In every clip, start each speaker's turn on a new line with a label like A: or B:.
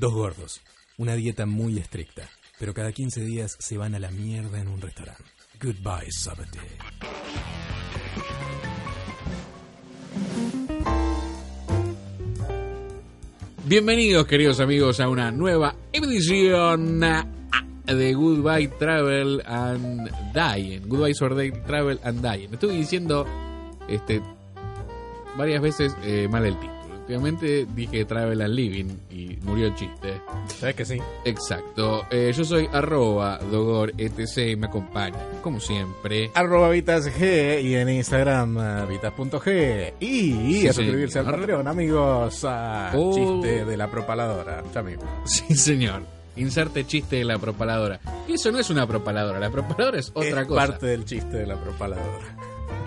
A: Dos gordos. Una dieta muy estricta. Pero cada 15 días se van a la mierda en un restaurante. Goodbye, Sabate.
B: Bienvenidos, queridos amigos, a una nueva edición ah, de Goodbye Travel and Dying. Goodbye Sorbet Travel and Dying. Estuve diciendo este, varias veces eh, mal el título. Últimamente dije Travel and Living y murió el chiste.
C: ¿Sabes que sí?
B: Exacto. Eh, yo soy arroba dogor etc y me acompaña, como siempre.
C: Arroba Vitas G y en Instagram ah, Vitas.g. Y
B: Sí,
C: a suscribirse
B: señor.
C: al Patreon, amigos. Ah,
B: Oh.
C: Chiste de la propaladora. Ya mismo.
B: Sí, señor. Inserte chiste de la propaladora. Y eso no es una propaladora, la propaladora es otra
C: Es
B: cosa.
C: parte del chiste de la propaladora.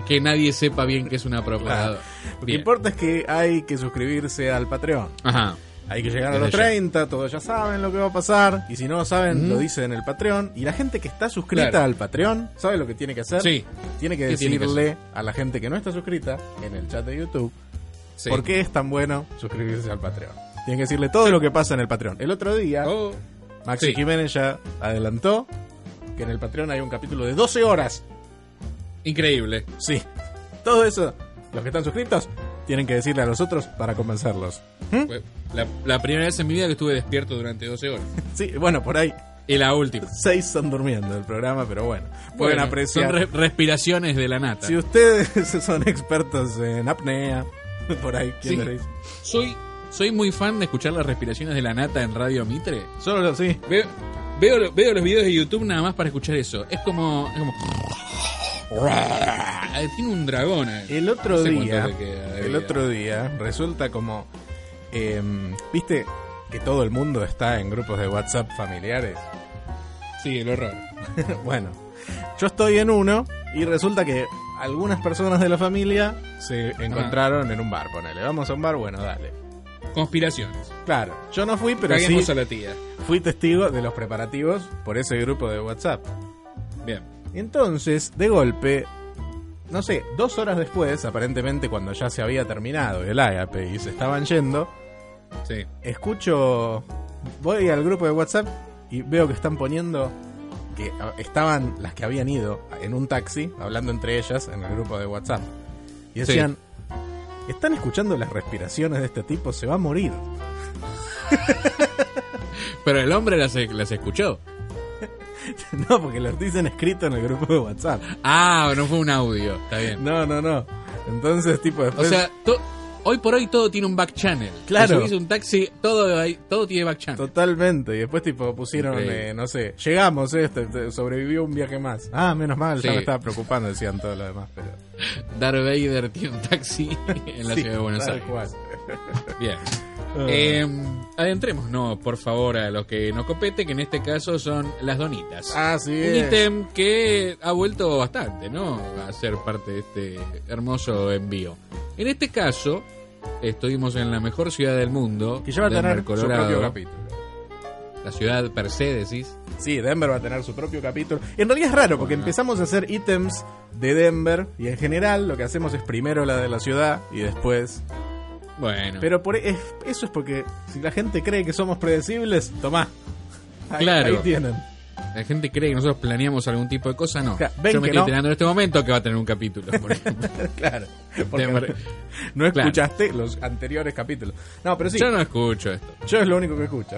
B: Que nadie sepa bien que es una propaladora.
C: Lo que
B: Bien.
C: importa es que hay que suscribirse al Patreon.
B: Ajá.
C: Hay que llegar a
B: Desde
C: los
B: ya.
C: 30, todos ya saben lo que va a pasar. Y si no lo saben, lo dicen en el Patreon. Y la gente que está suscrita
B: Claro.
C: al Patreon, ¿sabe lo que tiene que hacer?
B: Sí.
C: Tiene que
B: ¿Qué tiene que
C: decirle a la gente que no está suscrita en el chat de YouTube
B: sí.
C: por qué es tan bueno suscribirse al Patreon. Tiene que decirle todo lo que pasa en el Patreon. El otro día,
B: Oh.
C: Maxi
B: sí.
C: Jiménez ya adelantó que en el Patreon hay un capítulo de 12 horas.
B: Increíble.
C: Sí. Todo eso, los que están suscritos, tienen que decirle a los otros para convencerlos. ¿Mm?
B: Fue La, la primera vez en mi vida que estuve despierto durante 12 horas.
C: Sí, bueno, por ahí
B: Y la última.
C: seis están durmiendo del programa, pero bueno, pueden
B: Bueno,
C: apreciar.
B: Son re- respiraciones de la nata.
C: Si ustedes son expertos en apnea, por ahí, ¿quién
B: Sí.
C: queréis?
B: Soy, soy muy fan de escuchar las respiraciones de la nata en Radio Mitre.
C: Solo sí.
B: Veo, veo, lo- veo los videos de YouTube nada más para escuchar eso. Es como. Es como... Eh, Tiene un dragón. eh.
C: El otro
B: No sé cuánto
C: día,
B: le queda de
C: el
B: vida.
C: otro día resulta como, em, viste que todo el mundo está en grupos de WhatsApp familiares.
B: Sí, el horror.
C: bueno, yo estoy en uno y resulta que algunas personas de la familia se encontraron en un bar. Ponele, vamos a un bar, bueno, dale.
B: Conspiraciones.
C: Claro, yo no fui, pero sí
B: Caguemos a la tía.
C: fui testigo de los preparativos por ese grupo de WhatsApp.
B: Bien.
C: Entonces, de golpe, no sé, dos horas después, aparentemente cuando ya se había terminado el ágape y se estaban yendo,
B: Sí.
C: escucho, voy al grupo de WhatsApp y veo que están poniendo que a- estaban las que habían ido en un taxi, hablando entre ellas en el grupo de WhatsApp. Y decían, están escuchando las respiraciones de este tipo, se va a morir.
B: Pero el hombre las, las escuchó.
C: no, porque los dicen escrito en el grupo de WhatsApp.
B: Ah, no fue un audio. Está bien.
C: No, no, no. Entonces, tipo,
B: O
C: después...
B: sea, to- hoy por hoy todo tiene un back channel.
C: Claro.
B: Si subís un taxi, todo, hay- todo tiene back channel.
C: Totalmente. Y después, tipo, pusieron,
B: Increíble.
C: eh, no sé, llegamos, eh, este, este, sobrevivió un viaje más. Ah, menos mal, ya
B: Sí.
C: me estaba preocupando, decían todo lo demás. Pero,
B: Darth Vader tiene un taxi en la
C: Sí,
B: ciudad de Buenos
C: tal
B: Aires.
C: cual. Ah.
B: Bien. Eh, adentremos, no, por favor, a los que nos compete, que en este caso son las donitas.
C: Así
B: un
C: es.
B: ítem que ha vuelto bastante, ¿no? A ser parte de este hermoso envío. En este caso, estuvimos en la mejor ciudad del mundo,
C: Que ya va a
B: Denver,
C: tener su
B: Colorado.
C: propio capítulo.
B: la ciudad per se, decís.
C: Sí, Denver va a tener su propio capítulo. En realidad es raro, porque
B: Bueno.
C: empezamos a hacer ítems de Denver y en general lo que hacemos es primero la de la ciudad y después.
B: Bueno,
C: Pero por e, es- eso es porque si la gente cree que somos predecibles, tomá. Ahí,
B: Claro.
C: ahí tienen.
B: la gente cree que nosotros planeamos algún tipo de cosa, no.
C: Claro, ven
B: Yo me
C: que
B: estoy
C: no.
B: enterando en este momento que va a tener un capítulo. por ejemplo.
C: Claro. Porque
B: Denver.
C: no
B: Claro.
C: escuchaste los anteriores capítulos. No, pero sí.
B: Yo no escucho esto.
C: Yo es lo único que escucho.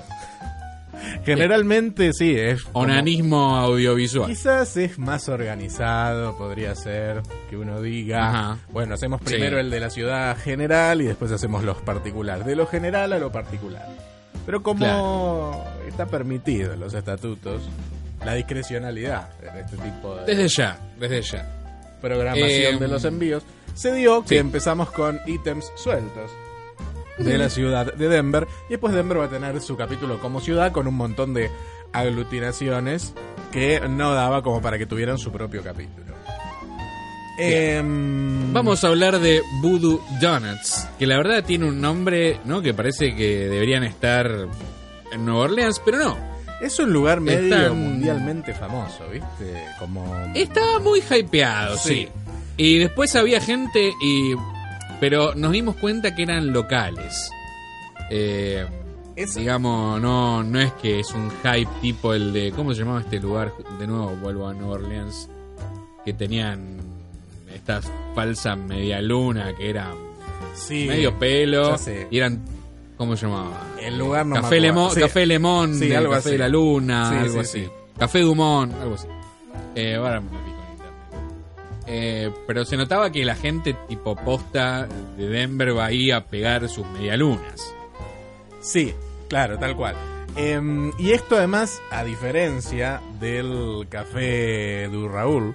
C: Generalmente sí, es. como-
B: Onanismo audiovisual.
C: Quizás es más organizado, podría ser que uno diga,
B: Ajá.
C: bueno, hacemos primero
B: Sí.
C: el de la ciudad general y después hacemos los particulares, de lo general a lo particular. Pero como está permitido en los estatutos, la discrecionalidad en este tipo de
B: Desde ya, desde ya.
C: programación
B: Em,
C: de los envíos, se dio que
B: sí.
C: empezamos con ítems sueltos. de la ciudad de Denver. Y después Denver va a tener su capítulo como ciudad con un montón de aglutinaciones que no daba como para que tuvieran su propio capítulo. Em,
B: Vamos a hablar de Voodoo Donuts, que la verdad tiene un nombre, ¿no? Que parece que deberían estar en Nueva Orleans, pero no.
C: Es un lugar medio
B: Están-
C: mundialmente famoso, ¿viste? Como.
B: Estaba muy hypeado, sí.
C: Sí.
B: Y después había gente y... Pero nos dimos cuenta que eran locales. Eh,
C: Es-
B: digamos, no, no es que es un hype tipo el de... ¿Cómo se llamaba este lugar? De nuevo, vuelvo a Nueva Orleans. Que tenían esta falsa media luna que era
C: sí.
B: medio pelo.
C: ya sé.
B: Y eran... ¿Cómo se llamaba?
C: El lugar no me
B: Café,
C: acuerdo.
B: Lemon,
C: Sí.
B: Café Lemón,
C: Sí,
B: del
C: algo
B: Café
C: así.
B: de la Luna,
C: Sí,
B: algo
C: sí,
B: así.
C: sí.
B: Café Dumont, algo así. Eh, ahora me fijo en internet. Eh, pero se notaba que la gente tipo posta de Denver va ahí a pegar sus medialunas.
C: Sí, claro, tal cual. Em, y esto además, a diferencia del café du Raúl,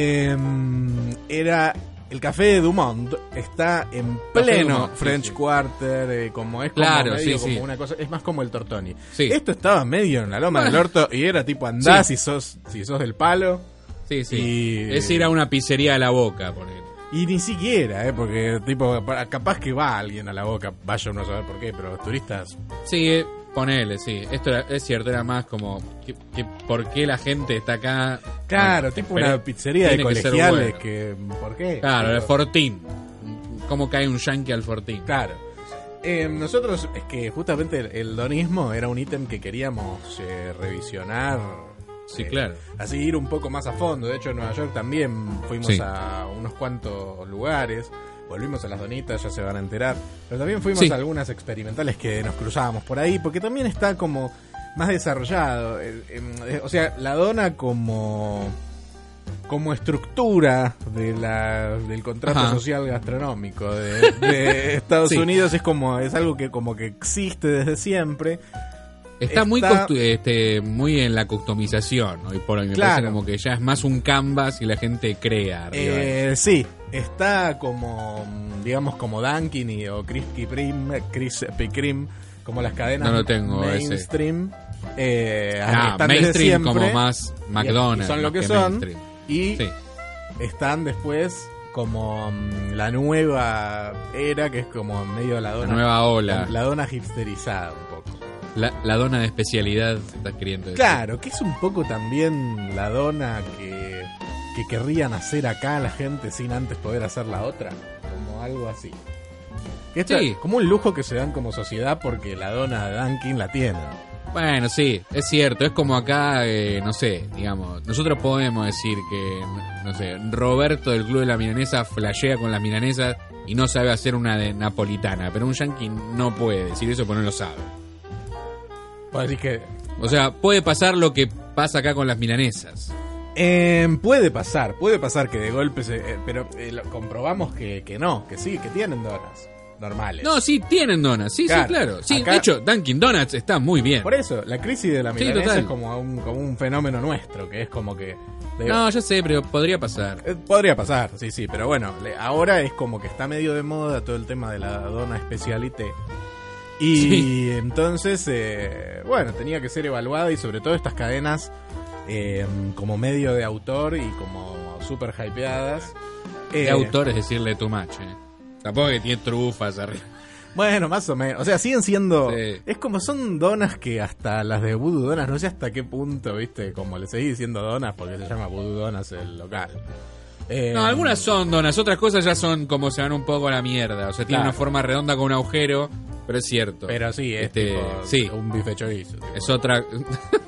C: em, era el café de Dumont está en pleno
B: Dumont, sí,
C: French
B: sí.
C: Quarter, eh, como es como
B: Claro,
C: medio
B: sí,
C: como
B: sí.
C: una cosa, es más como el Tortoni.
B: Sí.
C: Esto estaba medio en la loma del orto y era tipo andás si sos si sos del palo
B: Sí, sí.
C: Y-
B: Es ir a una pizzería a la boca, por ejemplo.
C: y ni siquiera, eh, porque tipo para- capaz que va alguien a la boca, vaya uno a saber por qué, pero los turistas
B: Sí, eh, ponele, sí. Esto era- es cierto, era más como que, que por qué la gente está acá.
C: Claro,
B: Bueno,
C: tipo
B: pero
C: una pizzería de
B: tiene que ser
C: colegiales
B: bueno.
C: que, ¿por qué?
B: Claro, el
C: Pero-
B: Fortín. ¿Cómo cae un yankee al Fortín?
C: claro. Eh, nosotros es que justamente el- el donismo era un ítem que queríamos eh, revisionar.
B: Sí,
C: eh,
B: claro.
C: Así ir un poco más a fondo. De hecho, en Nueva York también fuimos
B: Sí.
C: a unos cuantos lugares. Volvimos a las donitas, ya se van a enterar. Pero también fuimos
B: Sí.
C: a algunas experimentales que nos cruzábamos por ahí, porque también está como más desarrollado. eh, em, eh, O sea, la dona como como estructura de la, del contrato
B: Ajá.
C: social gastronómico de, de Estados
B: Sí.
C: Unidos es como es algo que como que existe desde siempre
B: Está, muy
C: Está-
B: costu- este, muy en la customización hoy por hoy. Me
C: Claro.
B: parece como que ya es más un canvas y la gente crea arriba.
C: Eh, sí, está como, mm, digamos, como Dunkin' y- o Krispy Kreme, Krispy Kreme, como las cadenas
B: No lo tengo, ese.
C: mainstream. Eh,
B: Ah,
C: están desde
B: mainstream
C: siempre,
B: como más McDonald's.
C: y son
B: más
C: lo que son.
B: mainstream.
C: Y
B: Sí.
C: están después como mm, la nueva era, que es como medio la
B: La
C: dona,
B: nueva ola.
C: la dona hipsterizada un poco.
B: La, la dona de especialidad, estás queriendo decir.
C: Claro, que es un poco también la dona que, que querrían hacer acá la gente sin antes poder hacer la otra. Como algo así. Que esta-
B: Sí.
C: Como un lujo que se dan como sociedad porque la dona de Dunkin la tienen.
B: Bueno, sí, es cierto. Es como acá, eh, no sé, digamos, nosotros podemos decir que, no sé, Roberto del Club de la Milanesa flashea con las milanesas y no sabe hacer una de napolitana, pero un yankee no puede decir eso porque no lo sabe.
C: Vos decís que
B: O sea, puede pasar lo que pasa acá con las milanesas.
C: Em, puede pasar, puede pasar que de golpe se... eh, pero eh, lo- comprobamos que, que no, que sí, que tienen donas normales.
B: No, sí, tienen donuts. Sí,
C: Claro.
B: sí, claro. Sí,
C: Acá-
B: de hecho, Dunkin' Donuts está muy bien.
C: Por eso, la crisis de la
B: Sí,
C: milanesa
B: total.
C: es como un, como un fenómeno nuestro, que es como que... de-
B: No, ya sé, pero podría pasar.
C: Eh, Podría pasar, sí, sí, pero bueno, le- ahora es como que está medio de moda todo el tema de la dona especialité. Y
B: Sí.
C: entonces, eh, bueno, tenía que ser evaluada y sobre todo estas cadenas eh, como medio de autor y como super hypeadas.
B: ¿Qué
C: Eh,
B: autor es decirle tu macho? eh. Tampoco que tiene trufas arriba.
C: Bueno, más o menos. O sea, siguen siendo.
B: Sí.
C: Es como son donas que hasta las de Voodoo Donas, no sé hasta qué punto, viste, como le seguí diciendo donas porque se llama Voodoo Donas el local. Eh,
B: No, algunas son donas, otras cosas ya son como se van un poco a la mierda. O sea, tiene
C: Claro.
B: una forma redonda con un agujero, pero es cierto.
C: Pero sí, es
B: Este,
C: tipo
B: sí.
C: un bife chorizo. tipo.
B: Es otra.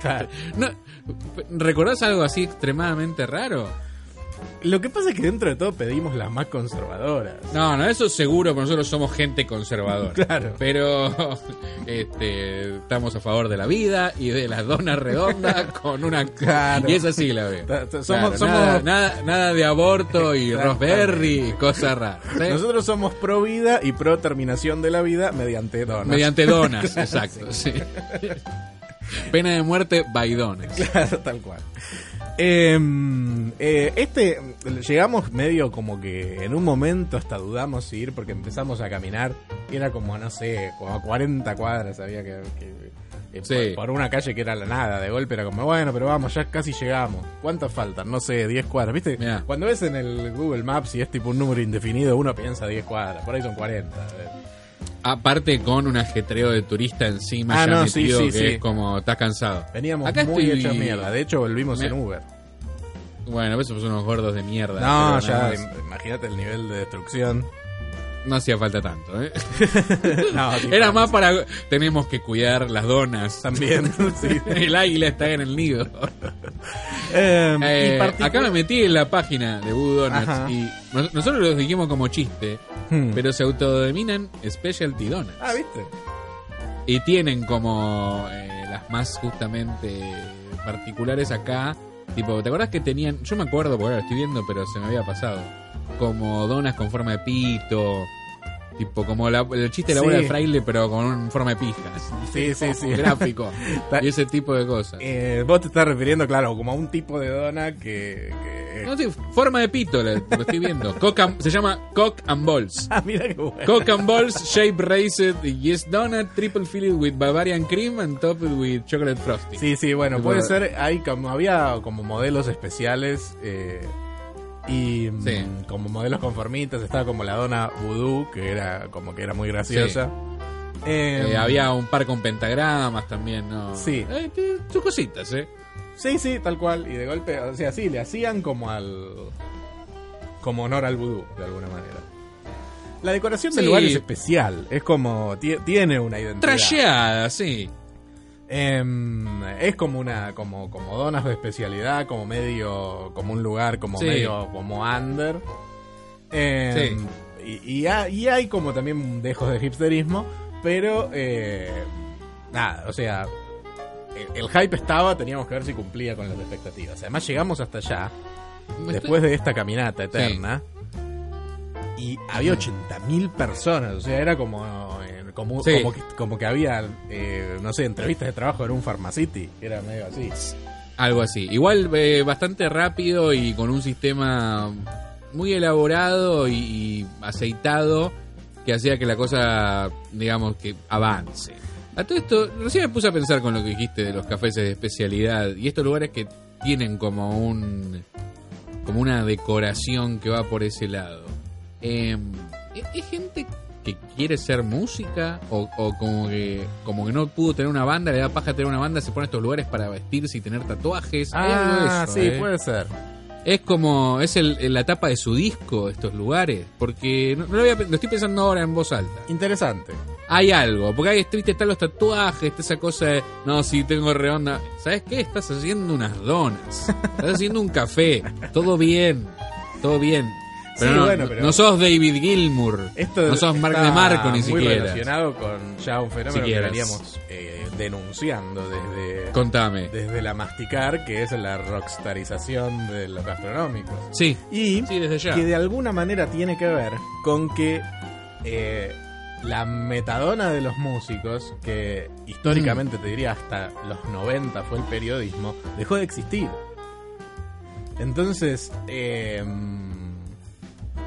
C: Claro.
B: No, ¿Recordás algo así extremadamente raro?
C: Lo que pasa es que dentro de todo pedimos las más conservadoras.
B: No, no, eso seguro, porque nosotros somos gente conservadora.
C: Claro.
B: Pero este, estamos a favor de la vida y de las donas redondas con una...
C: Claro.
B: Y esa sí la veo.
C: Ta- ta- somos-
B: Claro,
C: somos-
B: Nada, nada, nada de aborto y
C: Exactamente.
B: Rosberry y cosas raras. ¿sí?
C: Nosotros somos pro vida y pro terminación de la vida mediante donas.
B: Mediante donas, exacto. sí. Pena de muerte by donas.
C: Claro, tal cual. Em, eh, este, llegamos medio como que en un momento hasta dudamos si ir porque empezamos a caminar y era como, no sé, como a 40 cuadras había que... que- eh,
B: Sí.
C: por, por una calle que era la nada, de golpe era como, bueno, pero vamos, ya casi llegamos. ¿Cuántas faltan? No sé, 10 cuadras, ¿viste?
B: Mirá.
C: Cuando ves en el Google Maps y es tipo un número indefinido, uno piensa 10 cuadras, por ahí son 40. eh.
B: Aparte con un ajetreo de turista encima,
C: Ah,
B: ya
C: no, sí,
B: metido,
C: sí,
B: que
C: sí.
B: es como, estás cansado.
C: Veníamos
B: Acá
C: muy
B: estoy-
C: hechos mierda, de hecho volvimos
B: Me-
C: en Uber.
B: Bueno, esos son unos gordos de mierda.
C: No,
B: pero nada
C: ya,
B: más.
C: im- imagínate el nivel de destrucción.
B: No hacía falta tanto, ¿eh?
C: No, tipo,
B: Era más para... Tenemos que cuidar las donas.
C: También, sí.
B: El águila está en el nido.
C: Eh, y
B: Eh,
C: particu-
B: acá me metí en la página de Woo Donuts
C: Ajá.
B: y nos- nosotros los dijimos como chiste,
C: Hmm.
B: pero se autodenominan Specialty Donuts.
C: Ah, ¿viste?
B: Y tienen como eh, las más justamente particulares acá. Tipo, ¿te acordás que tenían? Yo me acuerdo, porque ahora lo estoy viendo, pero se me había pasado. Como donas con forma de pito. Tipo, como la- el chiste de la bola
C: Sí.
B: de fraile, pero con un- forma de pijas.
C: Sí, sí, sí.
B: Gráfico.
C: Ta-
B: y ese tipo de cosas.
C: Eh, vos te estás refiriendo, claro, como a un tipo de dona que... que-
B: No sé, forma de pito, la- lo estoy viendo. Cock and- se llama Cock and Balls.
C: Ah, mira qué bueno.
B: Cock and balls, shape raised, yes donut, triple filled with Bavarian cream and topped with chocolate frosting.
C: Sí, sí, bueno, puede
B: Bueno.
C: ser, hay como, había como modelos especiales eh, y mm,
B: Sí.
C: como modelos conformistas, estaba como la dona voodoo, que era como que era muy graciosa. Eh,
B: Eh, había un par con pentagramas también, ¿no?
C: Sí.
B: Eh, t- sus cositas, ¿eh?
C: Sí, sí, tal cual, y de golpe, o sea, sí, le hacían como al... como honor al vudú, de alguna manera. La decoración del
B: Sí.
C: lugar es especial, es como, ti- tiene una identidad.
B: Trasheadas, sí.
C: Em, es como una como como donas de especialidad como medio como un lugar como
B: Sí.
C: medio como under Em,
B: Sí.
C: y, y ha- y hay como también dejos de hipsterismo pero eh, nada o sea el, el hype estaba teníamos que ver si cumplía con las expectativas además llegamos hasta allá
B: Me
C: después de esta caminata eterna y había 80.000 personas, o sea, era como eh, como,
B: Sí.
C: como, que, como que había, eh, no sé, entrevistas de trabajo en un Pharmacity, era medio así.
B: estoy- Algo así. Igual eh, bastante rápido y con un sistema muy elaborado y, y aceitado que hacía que la cosa, digamos, que avance. A todo esto, recién me puse a pensar con lo que dijiste de los cafés de especialidad y estos lugares que tienen como un... como una decoración que va por ese lado. Eh, ¿es, es gente que quiere ser música o, o como que como que no pudo tener una banda, le da paja tener una banda, se pone a estos lugares para vestirse y tener tatuajes? Hay algo de eso,
C: Ah, sí,
B: eh.
C: puede ser.
B: Es como, es el- la tapa de su disco, estos lugares, porque no, no lo, había pe- lo estoy pensando ahora en voz alta.
C: Interesante.
B: Hay algo, porque ahí viste, están los tatuajes, está esa cosa de, no, si tengo redonda. ¿Sabes qué? Estás haciendo unas donas, estás haciendo un café, todo bien, todo bien. Pero,
C: Sí,
B: no,
C: bueno, pero-
B: no sos David Gilmour,
C: Esto
B: no sos Mark
C: está
B: de Marco ni
C: muy
B: siquiera.
C: relacionado con ya un fenómeno que
B: Siquiera.
C: veníamos eh, denunciando desde,
B: Contame.
C: desde la masticar, que es la rockstarización de los gastronómicos.
B: Sí,
C: Y
B: sí, desde ya.
C: que de alguna manera tiene que ver con que eh, la metadona de los músicos, que históricamente te diría hasta los 90 fue el periodismo, dejó de existir. Entonces, eh,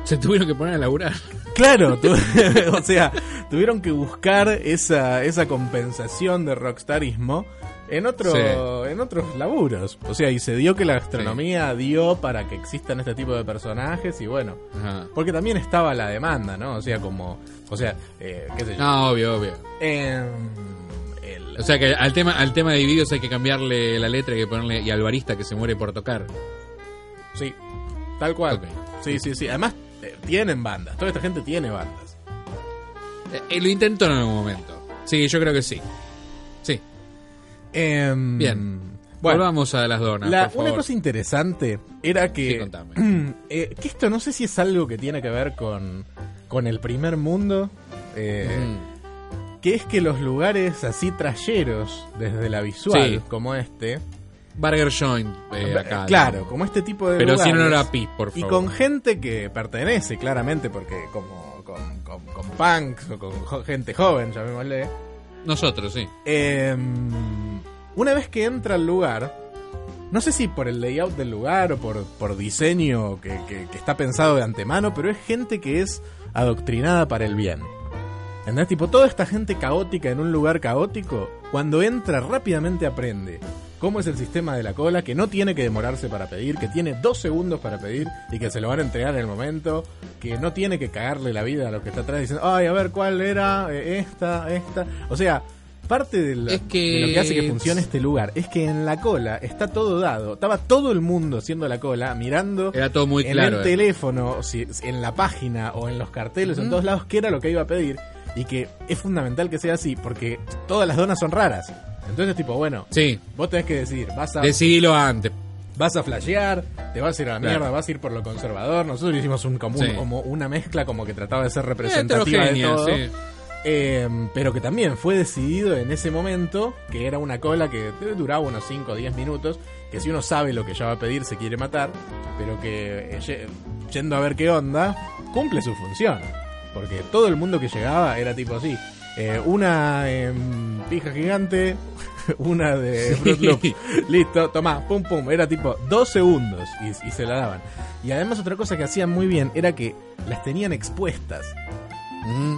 B: Se tuvieron que poner a laburar.
C: claro, tu- o sea, tuvieron que buscar esa, esa compensación de rockstarismo en, otro,
B: Sí.
C: en otros laburos. O sea, y se dio que la gastronomía dio para que existan este tipo de personajes y bueno.
B: Ajá.
C: Porque también estaba la demanda, ¿no? O sea, como. O sea, eh, qué sé yo.
B: No, obvio, obvio.
C: Em, el-
B: O sea que al tema, al tema de divididos hay que cambiarle la letra, hay que ponerle y al barista que se muere por tocar.
C: sí, tal cual.
B: Ok.
C: Sí, sí, sí. Además, eh, tienen bandas. Toda esta gente tiene bandas.
B: Eh, eh, lo intentó en algún momento. Sí, yo creo que sí. Sí.
C: Em,
B: Bien.
C: Bueno,
B: Volvamos a las donas.
C: la-
B: por favor.
C: una cosa interesante era
B: Sí,
C: que.
B: contame.
C: eh, que esto no sé si es algo que tiene que ver con, con el primer mundo. eh,
B: Mm.
C: Que es que los lugares así trayeros, desde la visual,
B: Sí.
C: como este.
B: Burger Joint eh, acá.
C: claro,
B: digamos.
C: como este tipo de
B: Pero
C: lugares.
B: si no era pis, por
C: Y
B: favor.
C: con gente que pertenece, claramente, porque como con, con, con punks o con jo- gente joven, llamémosle. em,
B: Nosotros, sí.
C: Eh, una vez que entra al lugar, No sé si por el layout del lugar o por, por diseño que, que- que está pensado de antemano, pero es gente que es adoctrinada para el bien. ¿Entendés? Tipo, toda esta gente caótica en un lugar caótico, cuando entra rápidamente aprende cómo es el sistema de la cola, que no tiene que demorarse para pedir, que tiene dos segundos para pedir y que se lo van a entregar en el momento, que no tiene que cagarle la vida a los que está atrás diciendo, ay, a ver, ¿cuál era? Eh, Esta, esta. O sea, parte de, la-
B: Es que-
C: de lo que hace que funcione este lugar es que en la cola está todo dado, estaba todo el mundo haciendo la cola, mirando
B: Era todo muy
C: en
B: claro.
C: el
B: eh.
C: teléfono, si- si en la página o en los carteles, en todos lados, qué era lo que iba a pedir. Y que es fundamental que sea así, porque todas las donas son raras. Entonces, tipo, bueno,
B: Sí,
C: vos tenés que decidir, vas a,
B: decidilo antes.
C: vas a flashear, te vas a ir a la
B: Claro.
C: mierda, vas a ir por lo conservador. Nosotros hicimos un, como, un-
B: Sí.
C: como una mezcla como que trataba de ser
B: Eh,
C: representativa de
B: Heterogénea,
C: todo.
B: sí.
C: Eh, pero que también fue decidido en ese momento, que era una cola que duraba unos 5 o 10 minutos, que si uno sabe lo que ya va a pedir se quiere matar, pero que eh, ye- yendo a ver qué onda, cumple su función. Porque todo el mundo que llegaba era tipo así. eh, una em, pija gigante, una de Fruit Loop. Listo, tomá, pum pum. Era tipo dos segundos y, y se la daban. Y además otra cosa que hacían muy bien era que las tenían expuestas.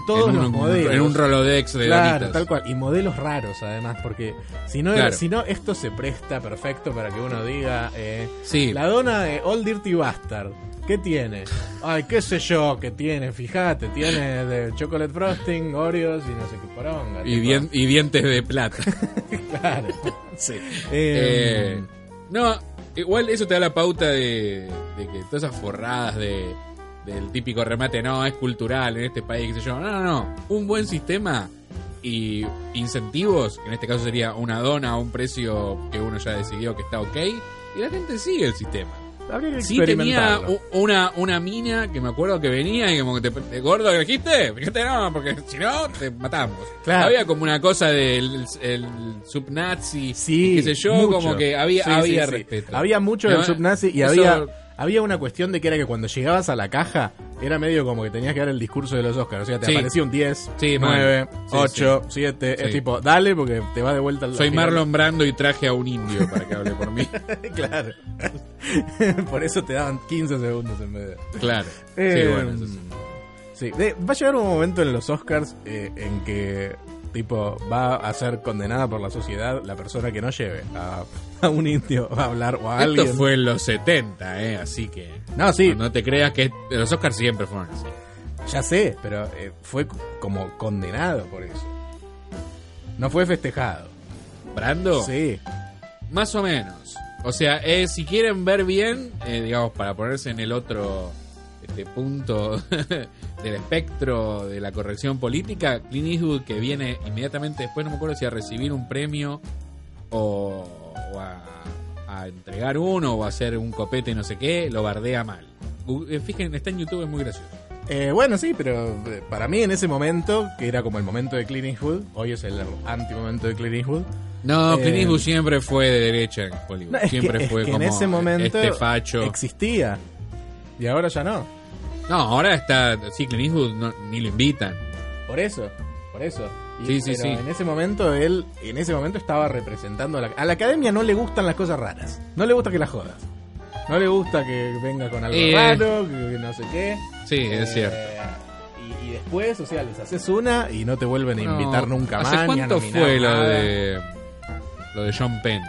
C: Todos
B: Mm, en
C: los
B: un,
C: modelos.
B: En un Rolodex de
C: Claro,
B: donitas.
C: tal cual. Y modelos raros, además, porque si no,
B: Claro.
C: si no esto se presta perfecto para que uno diga: eh,
B: Sí.
C: La dona de All Dirty Bastard, ¿qué tiene? Ay, qué sé yo, ¿qué tiene? Fíjate, tiene de chocolate frosting, Oreos y no sé qué poronga.
B: Y,
C: tipo.
B: dien- y dientes de plata.
C: Claro. sí.
B: Eh, no, igual eso te da la pauta de, de que todas esas forradas de, del típico remate, no, es cultural en este país, qué sé yo. No, no, no. Un buen sistema y incentivos, en este caso sería una dona a un precio que uno ya decidió que está ok, y la gente sigue el sistema.
C: habría que
B: Sí tenía
C: experimentarlo.
B: u- una, una mina que me acuerdo que venía y como que te, te- gordo que dijiste, fíjate no, porque si no te matamos.
C: Claro.
B: Había como una cosa del el subnazi,
C: Sí,
B: qué sé yo,
C: mucho.
B: como que había,
C: Sí,
B: había
C: sí, sí.
B: respeto.
C: Había mucho del
B: No,
C: subnazi y
B: eso-
C: había, había una cuestión de que era que cuando llegabas a la caja era medio como que tenías que dar el discurso de los Oscars. O sea, te
B: Sí.
C: aparecía un 10,
B: Sí,
C: 9,
B: mal. Sí,
C: 8, 7.
B: Sí.
C: Es tipo, dale porque te va de vuelta al
B: Soy
C: final.
B: Marlon Brando y traje a un indio para que hable por mí.
C: claro. Por eso te daban 15 segundos en vez de.
B: Claro. sí,
C: Eh,
B: bueno, eso sí.
C: Sí, de- va a llegar un momento en los Oscars eh, en que tipo va a ser condenada por la sociedad la persona que no lleve a, a un indio a hablar o a alguien.
B: Esto fue en los 70, eh, así que
C: No, sí,
B: no te creas que los Oscars siempre fueron así.
C: Ya sé, pero eh, fue c- como condenado por eso. No fue festejado.
B: Brando,
C: Sí.
B: Más o menos. O sea, eh, si quieren ver bien, eh, digamos, para ponerse en el otro este, punto del espectro de la corrección política, Clint Eastwood, que viene inmediatamente después, no me acuerdo si a recibir un premio o, o a, a entregar uno o a hacer un copete no sé qué, lo bardea mal. Gu- eh, Fíjense, está en YouTube, es muy gracioso.
C: Eh, bueno, sí, pero eh, para mí en ese momento, que era como el momento de Clint Eastwood, hoy es el anti-momento de Clint Eastwood,
B: No,
C: Eh,
B: Clint Eastwood siempre fue de derecha en Hollywood.
C: No, es que-
B: siempre
C: es
B: fue
C: que en
B: como
C: ese momento
B: este facho.
C: existía. Y ahora ya no.
B: No, ahora está. Sí, Clint Eastwood no- ni lo invitan.
C: Por eso, por eso. Y-
B: Sí, sí,
C: pero
B: sí.
C: En ese momento él, en ese momento estaba representando a la, a la academia. No le gustan las cosas raras. No le gusta que las jodas. No le gusta que venga con algo
B: Eh.
C: raro, que- que no sé qué.
B: Sí, es
C: Eh,
B: cierto.
C: Y, y después, o sea, les haces una y no te vuelven a invitar
B: No,
C: nunca más.
B: ¿Hace
C: ni a
B: cuánto
C: nominar
B: fue lo
C: nada.
B: de lo de John Penn?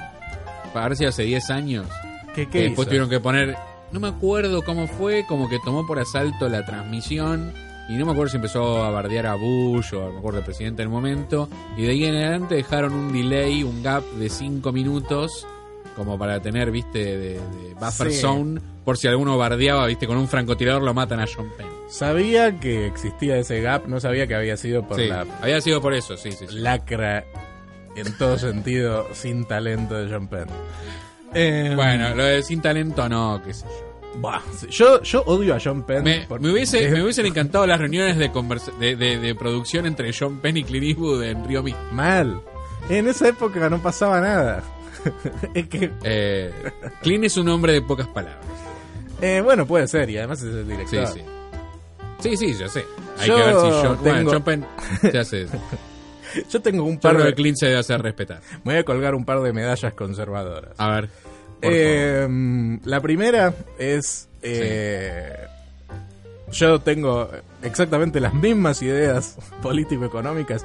B: Para ver si hace 10 años.
C: ¿Qué, qué
B: Que después
C: hizo?
B: tuvieron que poner. No me acuerdo cómo fue, como que tomó por asalto la transmisión. Y no me acuerdo si empezó a bardear a Bush o a lo mejor al presidente del momento. Y de ahí en adelante dejaron un delay, un gap de 5 minutos. Como para tener, viste, de, de buffer
C: Sí.
B: zone. Por si alguno bardeaba, viste, con un francotirador lo matan a John Penn.
C: Sabía que existía ese gap, no sabía que había sido por
B: Sí,
C: la
B: había sido por eso, sí, sí. sí.
C: lacra en todo sentido, sin talento de John Penn. Eh,
B: Bueno, lo de sin talento no, qué sé yo.
C: bah, yo, yo odio a John Penn.
B: Me,
C: por-
B: me hubiese,
C: eh,
B: me hubiesen encantado las reuniones de, conversa- de, de- de producción entre John Penn y Clint Eastwood en Río Místico.
C: Mal. En esa época no pasaba nada. es que,
B: Eh, Clint es un hombre de pocas palabras.
C: eh, bueno, puede ser, y además es el
B: Sí,
C: director.
B: sí. Sí, sí, ya sé. Hay
C: Yo
B: que ver si John, bueno,
C: tengo-
B: John Penn se hace eso.
C: Yo tengo un
B: Yo
C: par
B: creo que
C: de.
B: Clint se debe hacer respetar.
C: Me voy a colgar un par de medallas conservadoras.
B: A ver. Por
C: Eh, la primera es. eh, Yo tengo exactamente las mismas ideas político-económicas.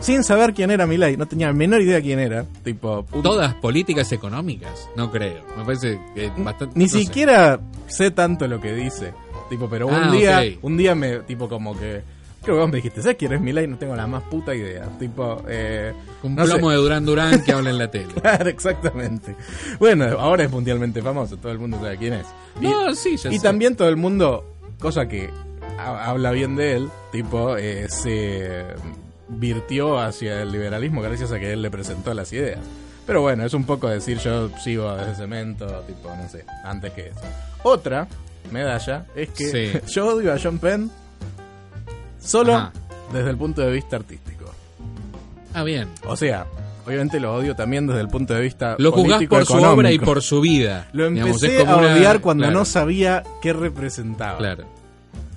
C: Sin saber quién era Milay, no tenía menor idea quién era. Tipo, un-
B: Todas políticas económicas, no creo. Me parece que bastante.
C: ni
B: no sé.
C: siquiera sé tanto lo que dice. Tipo, pero un
B: Ah,
C: día,
B: ok.
C: un día me, tipo, como que. Creo que vos me dijiste, ¿sabes quién es Milay? No tengo la más puta idea. Tipo, eh.
B: Un
C: no sé.
B: plomo de Durán Durán que habla en la tele.
C: Claro, exactamente. Bueno, ahora es mundialmente famoso, todo el mundo sabe quién es. Y-
B: No, sí, ya
C: Y
B: sé.
C: también todo el mundo, cosa que ha- habla bien de él, tipo, eh, se virtió hacia el liberalismo gracias a que él le presentó las ideas. Pero bueno, es un poco decir yo sigo desde cemento, tipo, no sé, antes que eso. Otra medalla es que
B: Sí.
C: yo odio a John Penn solo
B: Ajá.
C: desde el punto de vista artístico.
B: Ah, bien.
C: O sea, obviamente lo odio también desde el punto de vista
B: Lo juzgás por su
C: político-económico.
B: obra y por su vida.
C: Lo
B: Digamos,
C: empecé
B: es como
C: a
B: una-
C: odiar cuando
B: claro,
C: no sabía qué representaba.
B: Claro.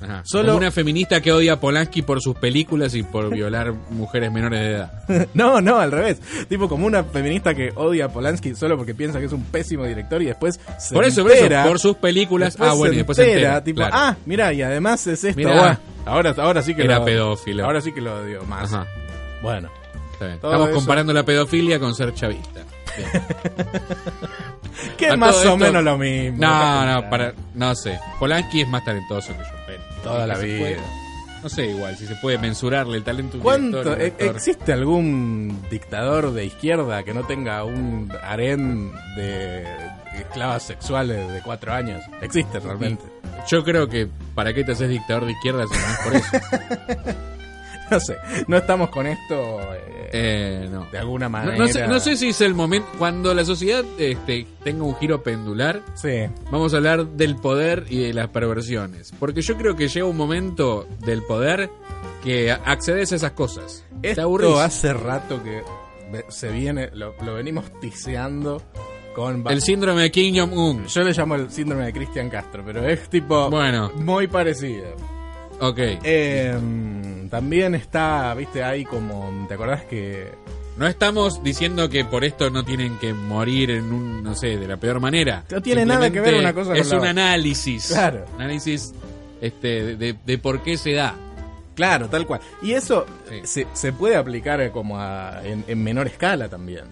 B: Ajá.
C: Solo-
B: Como una feminista que odia a Polanski por sus películas y por violar mujeres menores de edad.
C: No, no, al revés. Tipo como una feminista que odia a Polanski solo porque piensa que es un pésimo director y después se
B: por eso, por eso,
C: entera,
B: por sus películas.
C: después
B: Ah, bueno,
C: se
B: y después se
C: entera,
B: entera.
C: tipo,
B: claro.
C: ah, mira, y además es esto.
B: Mirá.
C: buah. ahora, ahora sí que
B: Era
C: lo,
B: pedófilo.
C: Ahora sí que lo odio más.
B: Ajá.
C: Bueno.
B: Está bien.
C: Todo
B: Estamos
C: eso.
B: comparando la pedofilia con ser chavista. Bien.
C: Que
B: A
C: es más
B: todo
C: o
B: esto-
C: menos lo mismo.
B: No, no, para, no sé. Polanski es más talentoso que John Penn.
C: Toda la
B: Se
C: vida.
B: puede- no sé igual si se puede mensurarle el talento. a un
C: ¿Cuánto,
B: director, un
C: e-
B: actor.
C: ¿Existe algún dictador de izquierda que no tenga un harén de esclavas sexuales de cuatro años? Existe realmente.
B: Mm. Yo creo que para qué te haces dictador de izquierda si no es por eso.
C: No sé, no estamos con esto eh,
B: Eh, no.
C: de alguna
B: No,
C: manera.
B: no sé, no sé si es el momento. Cuando la sociedad este, tenga un giro pendular,
C: Sí.
B: vamos a hablar del poder y de las perversiones. Porque yo creo que llega un momento del poder que a- accedes a esas cosas. Te aburrís.
C: Esto hace rato que ve- se viene, lo, lo venimos tiseando con... va-
B: El síndrome de Kim Jong-un.
C: Yo le llamo el síndrome de Cristian Castro, pero es tipo
B: Bueno.
C: muy parecido.
B: Ok.
C: Eh, también está, viste, ahí como, ¿te acordás que...
B: No estamos diciendo que por esto no tienen que morir en un, no sé, de la peor manera.
C: No tiene nada que ver una cosa con
B: Es
C: la
B: un
C: otra.
B: análisis.
C: Claro.
B: Análisis este, de, de por qué se da.
C: Claro, tal cual. Y eso
B: Sí.
C: se, se puede aplicar eh, como a- en, en menor escala también.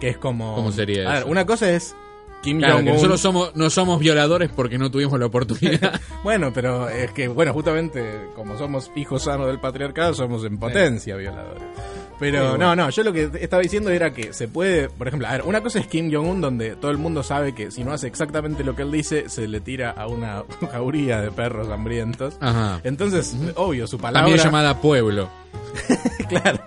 C: Que es como...
B: ¿Cómo sería
C: A ver,
B: eso?
C: una cosa es Kim
B: Claro, que
C: Jong-un.
B: nosotros somos, no somos violadores porque no tuvimos la oportunidad.
C: Bueno, pero es que, bueno, justamente como somos hijos sanos del patriarcado, somos en potencia violadores. Pero
B: Sí, bueno.
C: no, no, yo lo que estaba diciendo era que se puede, por ejemplo, a ver, una cosa es Kim Jong-un donde todo el mundo sabe que si no hace exactamente lo que él dice, se le tira a una jauría de perros hambrientos.
B: Ajá.
C: Entonces, obvio, su
B: También
C: palabra,
B: llamada pueblo.
C: claro,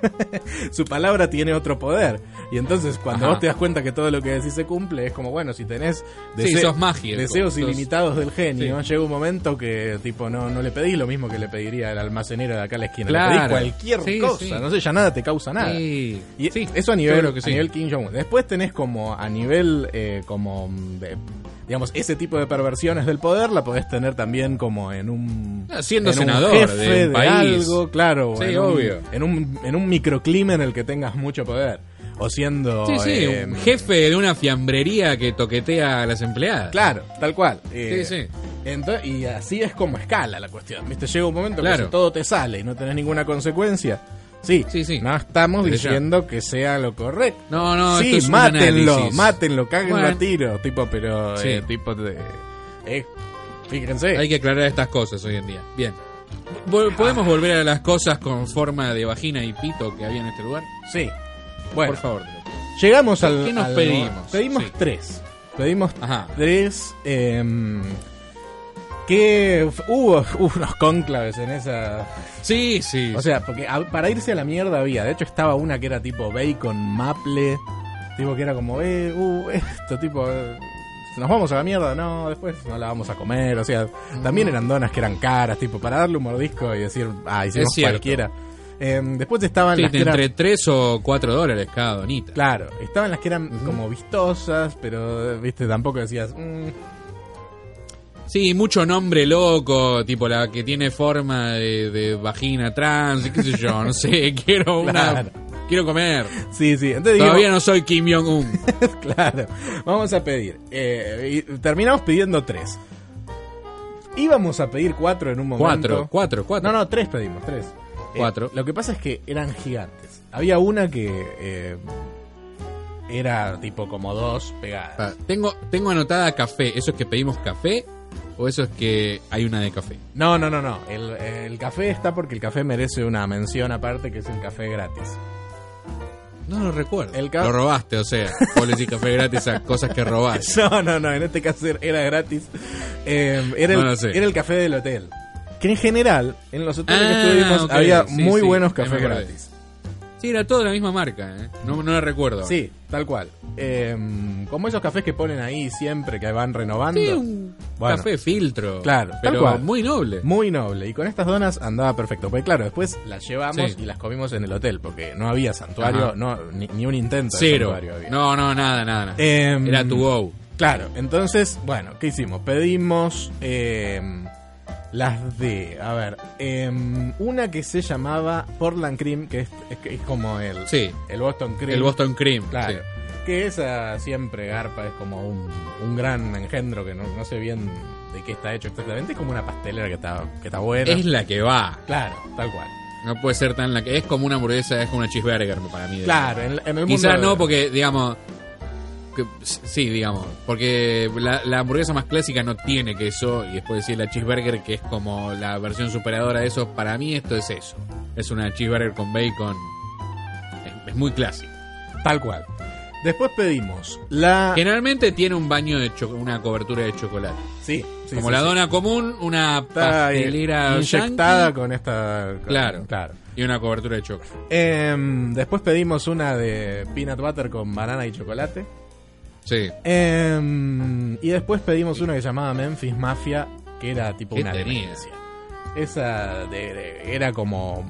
C: su palabra tiene otro poder. Y entonces, cuando
B: Ajá.
C: vos te das cuenta que todo lo que decís se cumple, es como, bueno, si tenés
B: Sí,
C: dese-
B: sos mágico.
C: Deseos
B: Sos-
C: ilimitados del genio. Llega un momento que, tipo, no, no le pedí lo mismo que le pediría al almacenero de acá a la esquina. Le pedí
B: Claro.
C: cualquier
B: Sí,
C: cosa.
B: sí.
C: No sé, ya nada te causa nada.
B: Sí.
C: Y
B: Sí,
C: eso a
B: yo
C: nivel,
B: creo que sí.
C: a nivel Kim Jong-un. Después tenés como a nivel, eh, como, mm, de- digamos, ese tipo de perversiones del poder la podés tener también como en un...
B: Ah, siendo
C: en un
B: senador
C: jefe
B: de un país.
C: algo, claro. o
B: Sí,
C: en un-
B: obvio.
C: en, un, en un microclima en el que tengas mucho poder. O siendo...
B: Sí, sí,
C: eh,
B: un jefe de una fiambrería que toquetea a las empleadas.
C: Claro, tal cual.
B: Sí,
C: Eh,
B: sí.
C: Ento- y así es como escala la cuestión. ¿Viste? Llega un momento
B: Claro.
C: que si todo te sale y no tenés ninguna consecuencia. Sí,
B: Sí, sí.
C: no estamos
B: Desde ya.
C: diciendo que sea lo correcto.
B: No, no,
C: sí,
B: esto es un
C: mátenlo,
B: análisis.
C: mátenlo, cáguenlo
B: Bueno.
C: a tiro. Tipo, pero.
B: Sí.
C: eh, tipo de. eh, fíjense.
B: Hay que aclarar estas cosas hoy en día. Bien. Vol- ¿Podemos volver a las cosas con forma de vagina y pito que había en este lugar?
C: Sí. Bueno,
B: Por favor. te lo pido.
C: llegamos al.
B: ¿Qué nos
C: al-
B: pedimos?
C: Pedimos
B: Sí.
C: tres. Pedimos
B: Ajá.
C: tres. em, que f- hubo unos cónclaves en esa
B: Sí, sí.
C: O sea, porque a- para irse a la mierda había. De hecho, estaba una que era tipo bacon, maple. Tipo que era como, eh, uh, esto, tipo. eh, Nos vamos a la mierda, no, después no la vamos a comer. O sea,
B: Mm.
C: también eran donas que eran caras, tipo, para darle un mordisco y decir, ah, hicimos
B: Es cierto.
C: cualquiera. Eh, después estaban
B: Sí,
C: las que
B: de
C: eran.
B: entre 3 o 4 dólares cada donita.
C: Claro, estaban las que eran como vistosas, pero, eh, viste, tampoco decías, mm,
B: Sí, mucho nombre loco, tipo la que tiene forma de, de vagina trans, y qué sé yo, no sé, quiero una
C: Claro.
B: Quiero comer.
C: Sí, sí. Entonces dijimos,
B: Todavía no soy Kim Jong-un.
C: claro, vamos a pedir. Eh, y terminamos pidiendo tres. Íbamos a pedir cuatro en un momento.
B: Cuatro, cuatro, cuatro.
C: No, no, tres pedimos, tres. Eh,
B: Cuatro.
C: lo que pasa es que eran gigantes. Había una que eh, era tipo como dos pegadas.
B: Ah, Tengo, tengo anotada café. ¿Eso es que pedimos café? ¿O eso es que hay una de café?
C: No, no, no, no. El, el café está porque el café merece una mención aparte que es el café gratis.
B: No lo recuerdo.
C: El ca-
B: lo robaste, o sea. Vos le decís café gratis a cosas que robaste.
C: No, no, no, en este caso era gratis. Eh, era, el,
B: No lo sé.
C: era el café del hotel. Que en general, en los hoteles
B: Ah,
C: que estuvimos,
B: ok,
C: había
B: sí,
C: muy
B: sí,
C: buenos
B: ahí me
C: cafés
B: acordé.
C: gratis.
B: Sí, era todo de la misma marca, ¿eh? No, no la recuerdo.
C: Sí, tal cual. Eh, como esos cafés que ponen ahí siempre, que van renovando.
B: Sí, un
C: Bueno.
B: café filtro.
C: Claro, tal
B: pero
C: cual.
B: muy noble.
C: Muy noble. Y con estas donas andaba perfecto. Porque claro, después las llevamos
B: Sí.
C: y las comimos en el hotel, porque no había santuario,
B: Ajá.
C: no, ni, ni un intento de
B: Cero.
C: santuario había.
B: No, no, nada, nada. nada.
C: Eh,
B: Era tu go.
C: Claro, entonces, bueno, ¿qué hicimos? Pedimos eh, las de, a ver, eh, una que se llamaba Portland Cream, que es, es que es como el,
B: Sí.
C: el Boston Cream.
B: El Boston Cream.
C: Claro.
B: sí.
C: Que esa siempre garpa, es como un, un gran engendro que no, no sé bien de qué está hecho exactamente, es como una pastelera que está, que está buena.
B: Es la que va.
C: Claro, tal cual.
B: No puede ser tan la que. Es como una hamburguesa, es como una cheeseburger para mí.
C: Claro, en, en el mundo...
B: Quizás
C: de-
B: no, porque, digamos. que- sí, digamos. Porque la, la hamburguesa más clásica no tiene queso. Y después decir la cheeseburger, que es como la versión superadora de eso. Para mí, esto es eso. Es una cheeseburger con bacon. Es, es muy clásico.
C: Tal cual. Después pedimos la...
B: Generalmente tiene un baño de cho- una cobertura de chocolate.
C: Sí, sí,
B: como
C: sí,
B: la
C: sí.
B: dona común, una
C: Está
B: pastelera
C: inyectada
B: yankee
C: con esta. con-
B: Claro. y una cobertura de chocolate.
C: Em, después pedimos una de peanut butter con banana y chocolate.
B: Sí.
C: Em, y después pedimos una que llamaba Memphis Mafia, que era tipo
B: ¿Qué
C: una
B: tenía?
C: demencia. Esa de- de- era como.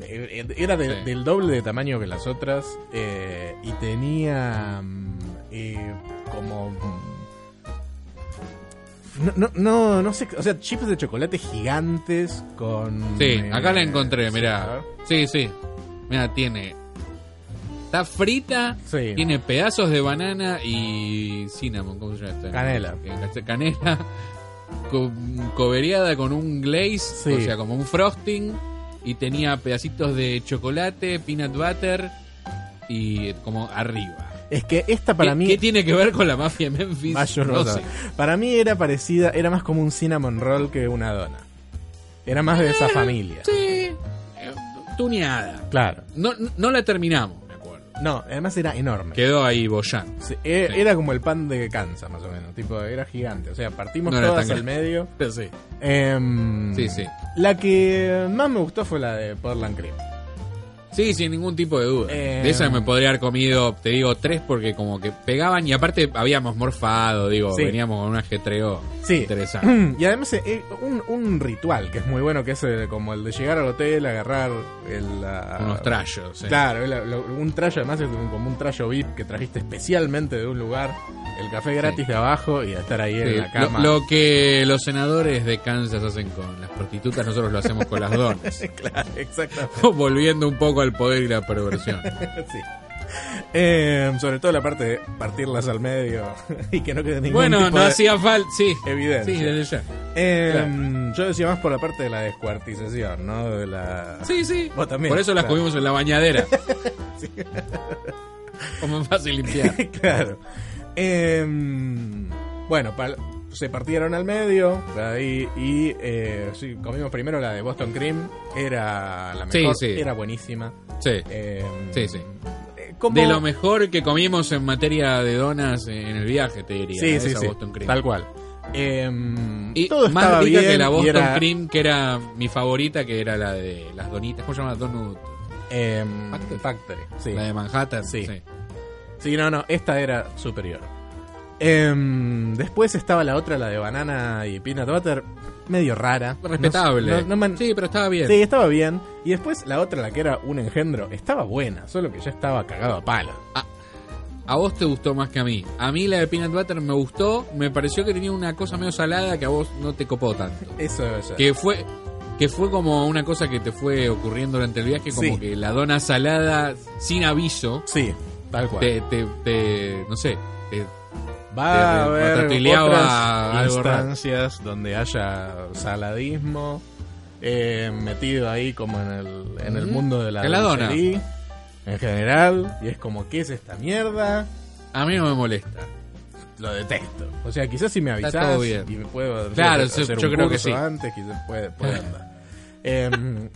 C: eh, Era de-
B: Sí.
C: del doble de tamaño que las otras. eh, y tenía. mm, eh, como. mm, No, no, no, no sé. O sea, chips de chocolate gigantes con.
B: Sí,
C: eh,
B: acá la encontré,
C: sí,
B: mirá.
C: ¿verdad?
B: Sí, sí. Mira, tiene. Está frita,
C: Sí.
B: tiene pedazos de banana y cinnamon, ¿cómo se llama esta?
C: Canela.
B: Eh, Canela co- coberiada con un glaze,
C: Sí.
B: o sea, como un frosting y tenía pedacitos de chocolate, peanut butter y como arriba.
C: Es que esta para
B: ¿Qué,
C: mí.
B: ¿Qué tiene que ver con la mafia de Memphis?
C: Ah, yo no
B: No
C: lo
B: sé.
C: sabía. Para mí era parecida, era más como un cinnamon roll que una dona. Era más de esa familia.
B: Sí, eh, tuneada.
C: Claro.
B: No, no la terminamos, me acuerdo.
C: No, además era enorme.
B: Quedó ahí bollando.
C: Sí, e-
B: Sí.
C: Era como el pan de Kansas, más o menos. Tipo, era gigante. O sea, partimos
B: No era
C: todas
B: tan
C: al medio.
B: Sí.
C: Em,
B: Sí, sí.
C: La que más me gustó fue la de Portland Cream.
B: Sí, sin ningún tipo de duda.
C: Eh,
B: de esa me podría haber comido, te digo, tres porque como que pegaban y aparte habíamos morfado, digo,
C: Sí.
B: veníamos con un ajetreo
C: Sí.
B: interesante.
C: Y además eh, un, un ritual que es muy bueno, que es eh, como el de llegar al hotel, agarrar el, la-
B: Unos trayos. eh.
C: Claro, la- lo- un trayo además es un- como un trayo VIP que trajiste especialmente de un lugar, el café gratis de abajo y a estar ahí
B: Sí,
C: en la
B: lo,
C: cama.
B: lo que los senadores de Kansas hacen con las prostitutas, nosotros lo hacemos con las donas.
C: claro, exactamente.
B: Volviendo un poco al poder y la perversión.
C: sí. Eh, sobre todo la parte de partirlas al medio y que no quede ningún
B: Bueno,
C: tipo
B: no
C: de
B: hacía falta, sí.
C: evidencia.
B: Sí, desde ya.
C: Eh, Yo decía más por la parte de la descuartización, ¿no? De la...
B: Sí, sí.
C: Vos también.
B: Por eso las
C: Claro.
B: comimos en la bañadera. Como es fácil limpiar.
C: claro. Eh, bueno, pal- se partieron al medio ahí, y eh, sí, comimos primero la de Boston Cream. Era la
B: Sí,
C: mejor,
B: sí.
C: era buenísima.
B: Sí.
C: Eh,
B: Sí, sí.
C: eh, como-
B: De lo mejor que comimos en materia de donas en el viaje, te diría. ¿eh?
C: Sí,
B: esa
C: sí, sí.
B: Boston Cream.
C: Tal cual. Eh,
B: Y
C: todo
B: más
C: estaba
B: rica
C: bien
B: que la
C: y
B: Boston
C: era,
B: Cream, que era mi favorita, que era la de las donitas. ¿Cómo se llama? Donut.
C: eh,
B: Factory.
C: Factory, sí.
B: Ah, La de Manhattan.
C: Sí. Sí, no, no, esta era superior. Em, después estaba la otra, la de banana y peanut butter, medio rara. No-
B: Respetable.
C: no- no man-
B: sí, pero estaba bien.
C: Sí, estaba bien. Y después la otra, la que era un engendro, estaba buena, solo que ya estaba cagado a palo.
B: A vos te gustó más que a mí. A mí la de Peanut Butter me gustó. Me pareció que tenía una cosa medio salada que a vos no te copó tanto.
C: Eso es.
B: Que fue. que fue como una cosa que te fue ocurriendo durante el viaje, como
C: Sí.
B: que la dona salada sin aviso,
C: Sí, tal cual.
B: te, te, te- no sé, te-
C: Va a
B: te- te
C: haber
B: ratoileaba
C: otras
B: algo raro.
C: instancias donde haya saladismo eh, metido ahí como en el, en el
B: Ujú.
C: mundo de la,
B: Que Mm. la dona.
C: dulcería, en general. Y es como, ¿qué es esta mierda?
B: a mí no me molesta.
C: Lo detesto. O sea, quizás si me
B: Está
C: avisás
B: todo bien.
C: y me puedo
B: Claro, yo- yo
C: un
B: creo que
C: curso
B: sí.
C: antes, quizás puede, puede andar. Em,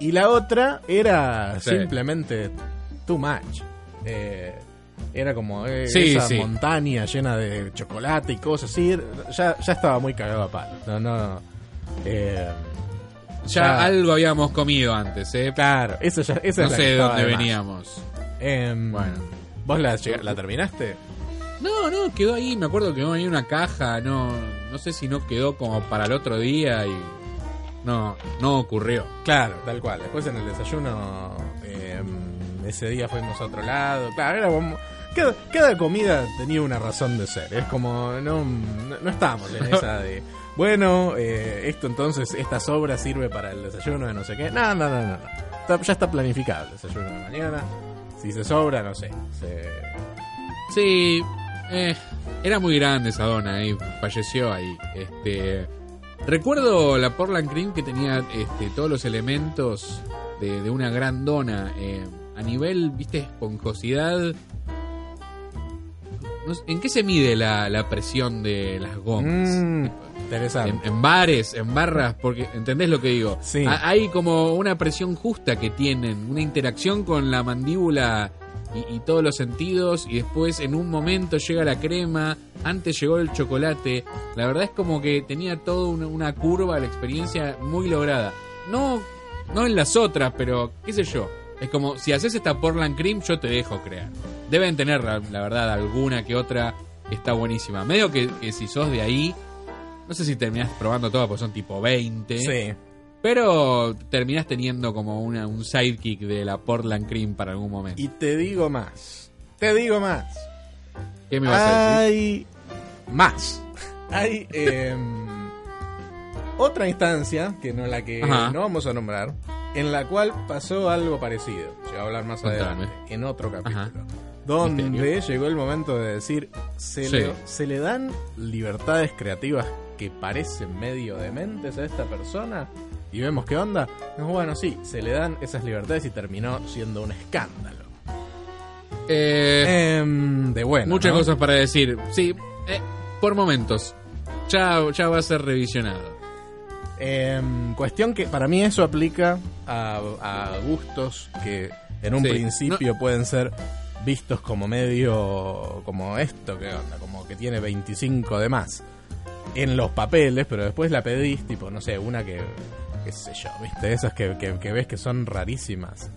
C: y la otra era
B: Sí.
C: simplemente too much. Eh, era como eh,
B: Sí,
C: esa
B: sí.
C: montaña llena de chocolate y cosas así. Ya, ya estaba muy cagado a palo. No, no. em,
B: Ya
C: Ya.
B: algo habíamos comido antes, ¿eh?
C: claro, eso ya, esa
B: no
C: es la
B: sé
C: que
B: de
C: estaba
B: dónde
C: de más.
B: veníamos.
C: Em,
B: Bueno.
C: ¿Vos la, lleg- la terminaste?
B: No, no, quedó ahí. Me acuerdo que no venía una caja. No, no sé si no quedó como para el otro día y. No, no ocurrió.
C: Claro, tal cual. Después en el desayuno, eh, ese día fuimos a otro lado. Claro, era como. Cada, cada comida tenía una razón de ser. Es como. No, no, no estábamos en esa de. Bueno, eh, esto entonces, esta sobra sirve para el desayuno de no sé qué. No, no, no, no. no. Está- ya está planificado el desayuno de mañana. Si se sobra, no sé. se-
B: Sí, eh, era muy grande esa dona y falleció ahí. Este, recuerdo la Portland Cream que tenía este, todos los elementos de, de una gran dona. eh, a nivel, viste, esponjosidad. No sé, ¿En qué se mide la, la presión de las gomas?
C: Mm,
B: en,
C: interesante.
B: en bares, en barras, porque entendés lo que digo.
C: Sí.
B: Ha- hay como una presión justa que tienen, una interacción con la mandíbula y, y todos los sentidos, y después en un momento llega la crema, antes llegó el chocolate. La verdad es como que tenía toda una, una curva, la experiencia muy lograda. No, no en las otras, pero qué sé yo. Es como, si haces esta Portland Cream, yo te dejo crear. Deben tener, la, la verdad, alguna que otra que está buenísima. Medio que, que si sos de ahí, no sé si terminás probando todas, porque son tipo 20.
C: Sí.
B: Pero terminás teniendo como una, un sidekick de la Portland Cream para algún momento.
C: Y te digo más. Te digo más.
B: ¿Qué me vas a decir?
C: Hay más. Hay em, otra instancia, que no la que
B: Ajá.
C: no vamos a nombrar, en la cual pasó algo parecido. Se va a hablar más
B: Contame.
C: adelante, en otro capítulo.
B: Ajá.
C: Donde
B: Misterio.
C: llegó el momento de decir, se,
B: Sí.
C: le, se le dan libertades creativas que parecen medio dementes a esta persona y vemos qué onda. No, Bueno, sí, se le dan esas libertades y terminó siendo un escándalo.
B: Eh,
C: Em, de bueno.
B: muchas
C: ¿no?
B: cosas para decir. Sí, eh, por momentos. Ya, ya va a ser revisionado.
C: Em, cuestión que para mí eso aplica a, a gustos que en un
B: Sí,
C: principio pueden ser vistos como medio como esto, ¿qué onda? Como que tiene 25 de más en los papeles, pero después la pedís, tipo, no sé, una que, qué sé yo, ¿viste? Esas que, que- que ves que son rarísimas.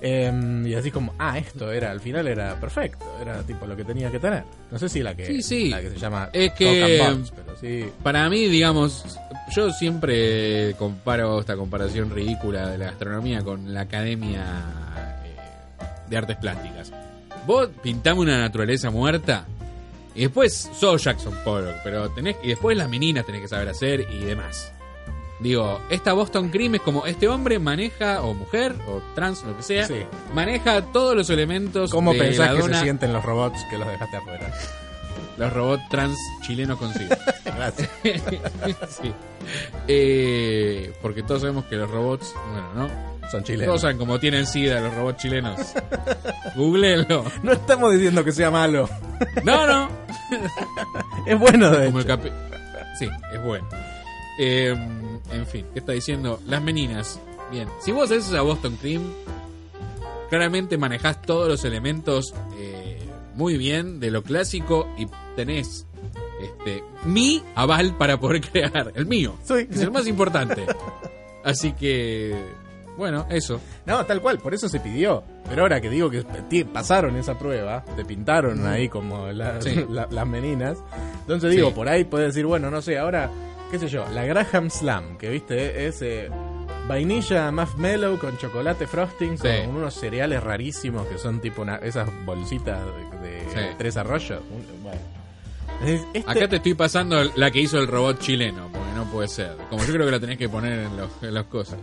C: Em, y así como, ah, esto era, al final era perfecto, era tipo lo que tenía que tener. No sé si la que,
B: Sí, sí.
C: La que se llama
B: Es que-
C: Talk and Bounce, pero sí.
B: Para mí, digamos, yo siempre comparo esta comparación ridícula de la gastronomía con la Academia eh, de Artes Plásticas. Vos pintame una naturaleza muerta y después sos Jackson Pollock, pero tenés y después las meninas tenés que saber hacer y demás. Digo, esta Boston Cream es como este hombre maneja, o mujer, o trans, lo que sea,
C: Sí.
B: maneja todos los elementos
C: ¿Cómo
B: de
C: pensás
B: la
C: que
B: dona,
C: se sienten los robots que los dejaste afuera?
B: los robots trans chilenos consiguen.
C: Gracias.
B: Sí. Eh, porque todos sabemos que los robots, bueno, ¿no?
C: Son
B: Todos
C: chilenos.
B: saben cómo tienen sida los robots chilenos. Googleenlo.
C: No estamos diciendo que sea malo.
B: No, no.
C: Es bueno, de
B: Como el
C: hecho.
B: capi- Sí, es bueno. Eh, en fin, ¿qué está diciendo? Las meninas. Bien, si vos haces a Boston Cream, claramente manejás todos los elementos eh, muy bien de lo clásico y tenés este, mi aval para poder crear, el mío.
C: Sí.
B: Es el más importante. Así que, bueno, eso.
C: No, tal cual, por eso se pidió. Pero ahora que digo que ti- pasaron esa prueba, te pintaron ahí como la-
B: Sí.
C: la- las meninas. Entonces digo,
B: Sí.
C: por ahí puedes decir, bueno, no sé, ahora, qué sé yo, la Graham Slam, que viste, es eh, vainilla marshmallow con chocolate frosting,
B: Sí.
C: con unos cereales rarísimos que son tipo una- esas bolsitas de, de
B: Sí.
C: tres arroyos. Un- bueno. Es- este-
B: Acá te estoy pasando la que hizo el robot chileno, porque no puede ser. Como yo creo que lo tenés que poner en, los, en las cosas.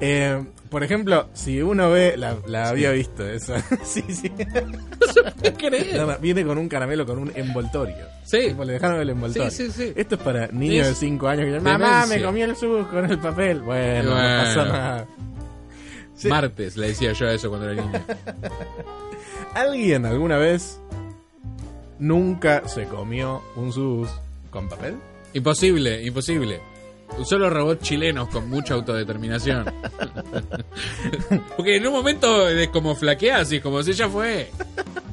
C: Eh, por ejemplo, si uno ve, la, la había visto esa. sí, sí.
B: ¿Qué crees?
C: Nada más, Viene con un caramelo, con un envoltorio.
B: Sí.
C: Tipo, le dejaron el envoltorio.
B: Sí, sí, sí.
C: Esto es para niños
B: Es
C: de 5 años que dicen, mamá,
B: demencia.
C: me comí el sus con el papel. Bueno,
B: Bueno.
C: no pasa nada. Sí.
B: Martes le decía yo a eso cuando era niño.
C: ¿Alguien alguna vez nunca se comió un sus con papel?
B: Imposible, imposible. Solo robots chilenos con mucha autodeterminación. Porque en un momento es como flaqueas y es como si ya fue.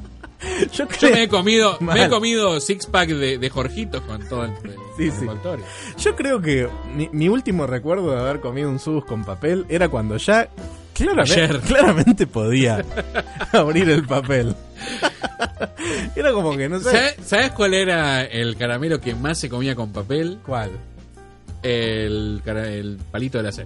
B: Yo
C: Yo creo,
B: me he comido, me he
C: Mal.
B: comido six pack de, de Jorgitos con todo el,
C: Sí,
B: con el
C: sí.
B: envoltorio.
C: yo creo que mi, mi último recuerdo de haber comido un sus con papel era cuando ya claramente,
B: Ayer.
C: claramente podía abrir el papel. era como que no sé.
B: ¿Sabes, sabes cuál era el caramelo que más se comía con papel?
C: ¿Cuál?
B: El, cara- el palito de la sed.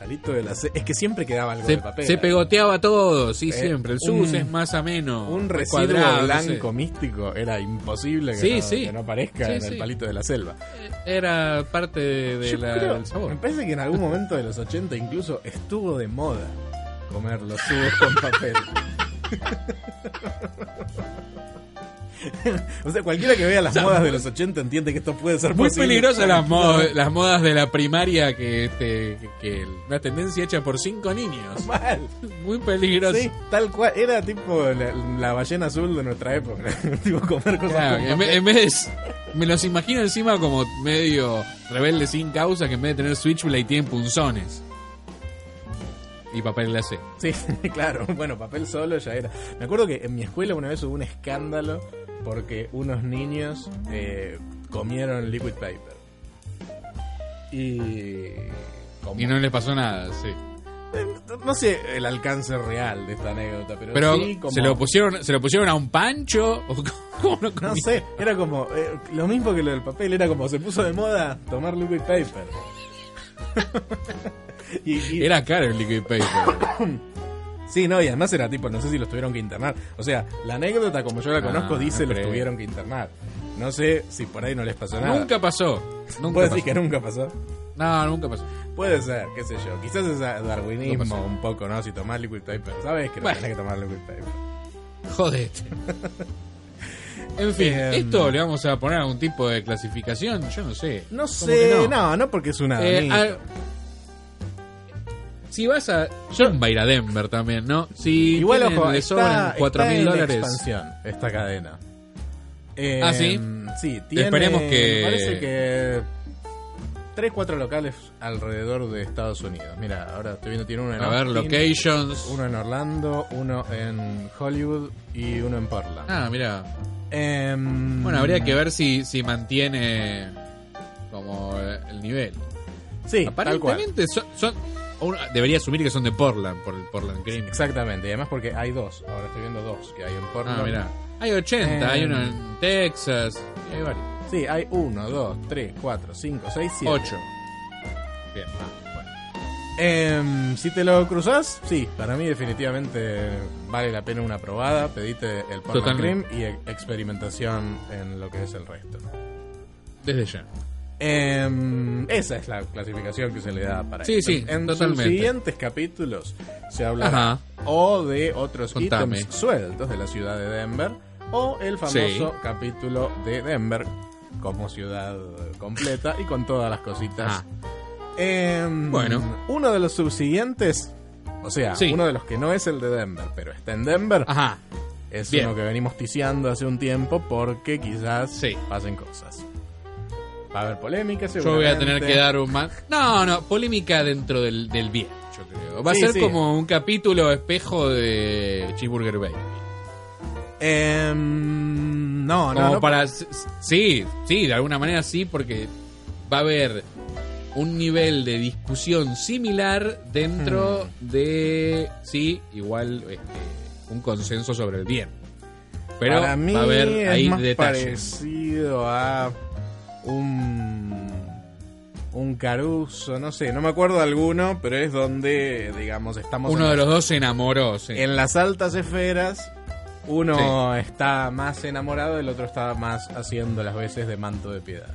C: Palito de la C. Es que siempre quedaba algo
B: Se,
C: de papel.
B: se pegoteaba todo, sí,
C: Eh,
B: siempre. El
C: un-
B: sus es más ameno.
C: Un
B: más
C: residuo
B: cuadrado, no sé.
C: blanco místico era imposible que,
B: Sí,
C: no,
B: sí.
C: que no aparezca
B: Sí,
C: en
B: sí.
C: el palito de la selva.
B: Era parte de, de
C: Yo
B: la-
C: creo-
B: del
C: Me
B: sabor.
C: parece que en algún momento de los 80 incluso estuvo de moda comer los tubos con papel. o sea, cualquiera que vea las modas de los 80 entiende que esto puede ser
B: Muy
C: posible.
B: peligrosas las, mo- las modas de la primaria que, este, que- que una tendencia hecha por cinco niños.
C: Mal.
B: Muy peligrosa.
C: Sí, tal cual. Era tipo la, la ballena azul de nuestra época. tipo comer cosas
B: Claro,
C: con
B: en,
C: papel.
B: vez- en vez me los imagino encima como medio rebelde sin causa que en vez de tener Switchblade tienen punzones. Y papel la C.
C: Sí, claro. Bueno, papel solo ya era. Me acuerdo que en mi escuela una vez hubo un escándalo porque unos niños eh, comieron liquid paper. Y... como-
B: Y no les pasó nada, sí.
C: eh, no sé el alcance real de esta anécdota, pero,
B: Pero
C: sí como...
B: se lo pusieron, se lo pusieron a un pancho o cómo lo
C: No
B: comí?
C: sé, era como... eh, lo mismo que lo del papel, era como se puso de moda tomar liquid paper. y, y-
B: Era caro el liquid paper.
C: Sí, no, y además era tipo, no sé si los tuvieron que internar. O sea, la anécdota como yo la conozco
B: Ah,
C: dice
B: no
C: los
B: creo.
C: tuvieron que internar. No sé si por ahí no les pasó nada.
B: nunca pasó. Nunca
C: Puede
B: pasó.
C: decir que nunca pasó.
B: No, nunca pasó.
C: Puede ser, qué sé yo. Quizás es a-
B: No
C: darwinismo
B: pasó.
C: un poco, ¿no? Si tomás liquid paper, sabes que no
B: Bueno.
C: tenés que tomar liquid paper.
B: Jodete. En fin,
C: Em.
B: esto le vamos a poner algún tipo de clasificación, yo no sé.
C: No
B: ¿Cómo
C: sé,
B: que
C: no? no, porque es una.
B: Eh,
C: ni-
B: a- si vas a. John va a ir a Denver también, ¿no? Si
C: Igual,
B: tienen-
C: ojo,
B: le
C: está,
B: sobran cuatro
C: está
B: mil
C: en
B: dólares.
C: expansión esta cadena. Eh,
B: Ah, ¿sí?
C: Sí, tiene,
B: Esperemos que-
C: Parece que... Tres, cuatro locales alrededor de Estados Unidos. Mira, ahora estoy viendo, tiene uno en
B: A ver,
C: Austin,
B: locations.
C: Uno en Orlando, uno en Hollywood y uno en Portland.
B: Ah, mira.
C: Em,
B: Bueno, habría que ver si, si mantiene como eh, el nivel.
C: Sí, tal cual.
B: Aparentemente son. son- uno debería asumir que son de Portland, por el Portland Cream.
C: Exactamente, y además porque hay dos. Ahora estoy viendo dos que hay en Portland.
B: Ah, Em. mira. Hay 80,
C: Eh,
B: hay uno en Texas, y hay varios.
C: Sí, hay uno, dos, tres, cuatro, cinco, seis, siete.
B: 8. Bien, ah, bueno.
C: Em, si te lo cruzas, sí, para mí definitivamente vale la pena una probada. Pedite el Portland Cream
B: Totalmente.
C: y e- experimentación en lo que es el resto.
B: Desde ya.
C: Em, esa es la clasificación que se le da para
B: Sí,
C: esto.
B: sí,
C: En
B: totalmente.
C: sus siguientes capítulos se hablará
B: Ajá.
C: o de otros
B: Contame.
C: ítems sueltos de la ciudad de Denver o el famoso
B: Sí.
C: capítulo de Denver como ciudad completa y con todas las cositas
B: Ah.
C: Em,
B: Bueno.
C: Uno de los subsiguientes, o sea,
B: Sí.
C: uno de los que no es el de Denver, pero está en Denver,
B: Ajá.
C: es
B: bien.
C: uno que venimos ticiando hace un tiempo porque quizás
B: Sí.
C: pasen cosas. Va a haber polémica,
B: Yo voy
C: seguramente.
B: a tener que dar un más. No, no, polémica dentro del, del bien, yo creo. Va a
C: Sí,
B: ser
C: sí.
B: como un capítulo espejo de Cheeseburger Baby.
C: Em, no,
B: Como
C: no, no.
B: para. s- s- Sí, sí, de alguna manera sí, porque va a haber un nivel de discusión similar dentro
C: Hmm.
B: de. Sí, igual este, un consenso sobre el bien. Pero
C: para mí
B: va a haber
C: es
B: ahí
C: más
B: detalles.
C: parecido a un un Caruso, no sé, no me acuerdo alguno, pero es donde, digamos, estamos en
B: Uno
C: la
B: de los dos se enamoró. sí.
C: En las altas esferas, uno está más enamorado, el otro está más haciendo las veces de manto de piedad.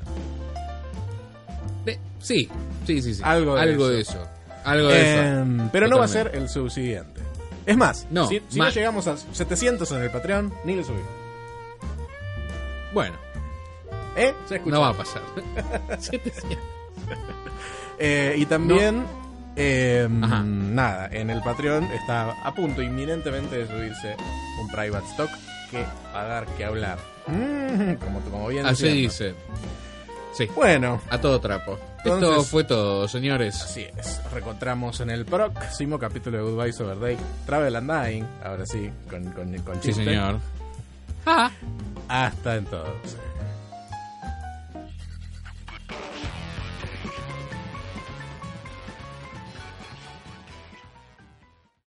B: De- Sí, sí, sí, sí.
C: Algo de
B: de eso. Algo de eso.
C: Em, pero no va a
B: Totalmente.
C: ser el subsiguiente. Es más,
B: No,
C: si, si
B: ma-
C: no llegamos a 700 en el Patreon, ni lo subimos.
B: Bueno,
C: ¿Eh? Se escucha.
B: no va a pasar. Siete días.
C: Eh, y también, eh,
B: Ajá.
C: nada, en el Patreon está a punto inminentemente de subirse un private stock que va a dar que hablar. Mm, Como, como bien
B: Así
C: decíamos.
B: dice. Sí,
C: Bueno,
B: a todo trapo. Esto
C: Entonces-
B: fue todo, señores.
C: así es. Reencontramos en el próximo capítulo de Goodbye Over Day, Travel and Dying. Ahora sí, con, con, con
B: Sí,
C: chiste.
B: señor. Ah.
C: Hasta entonces.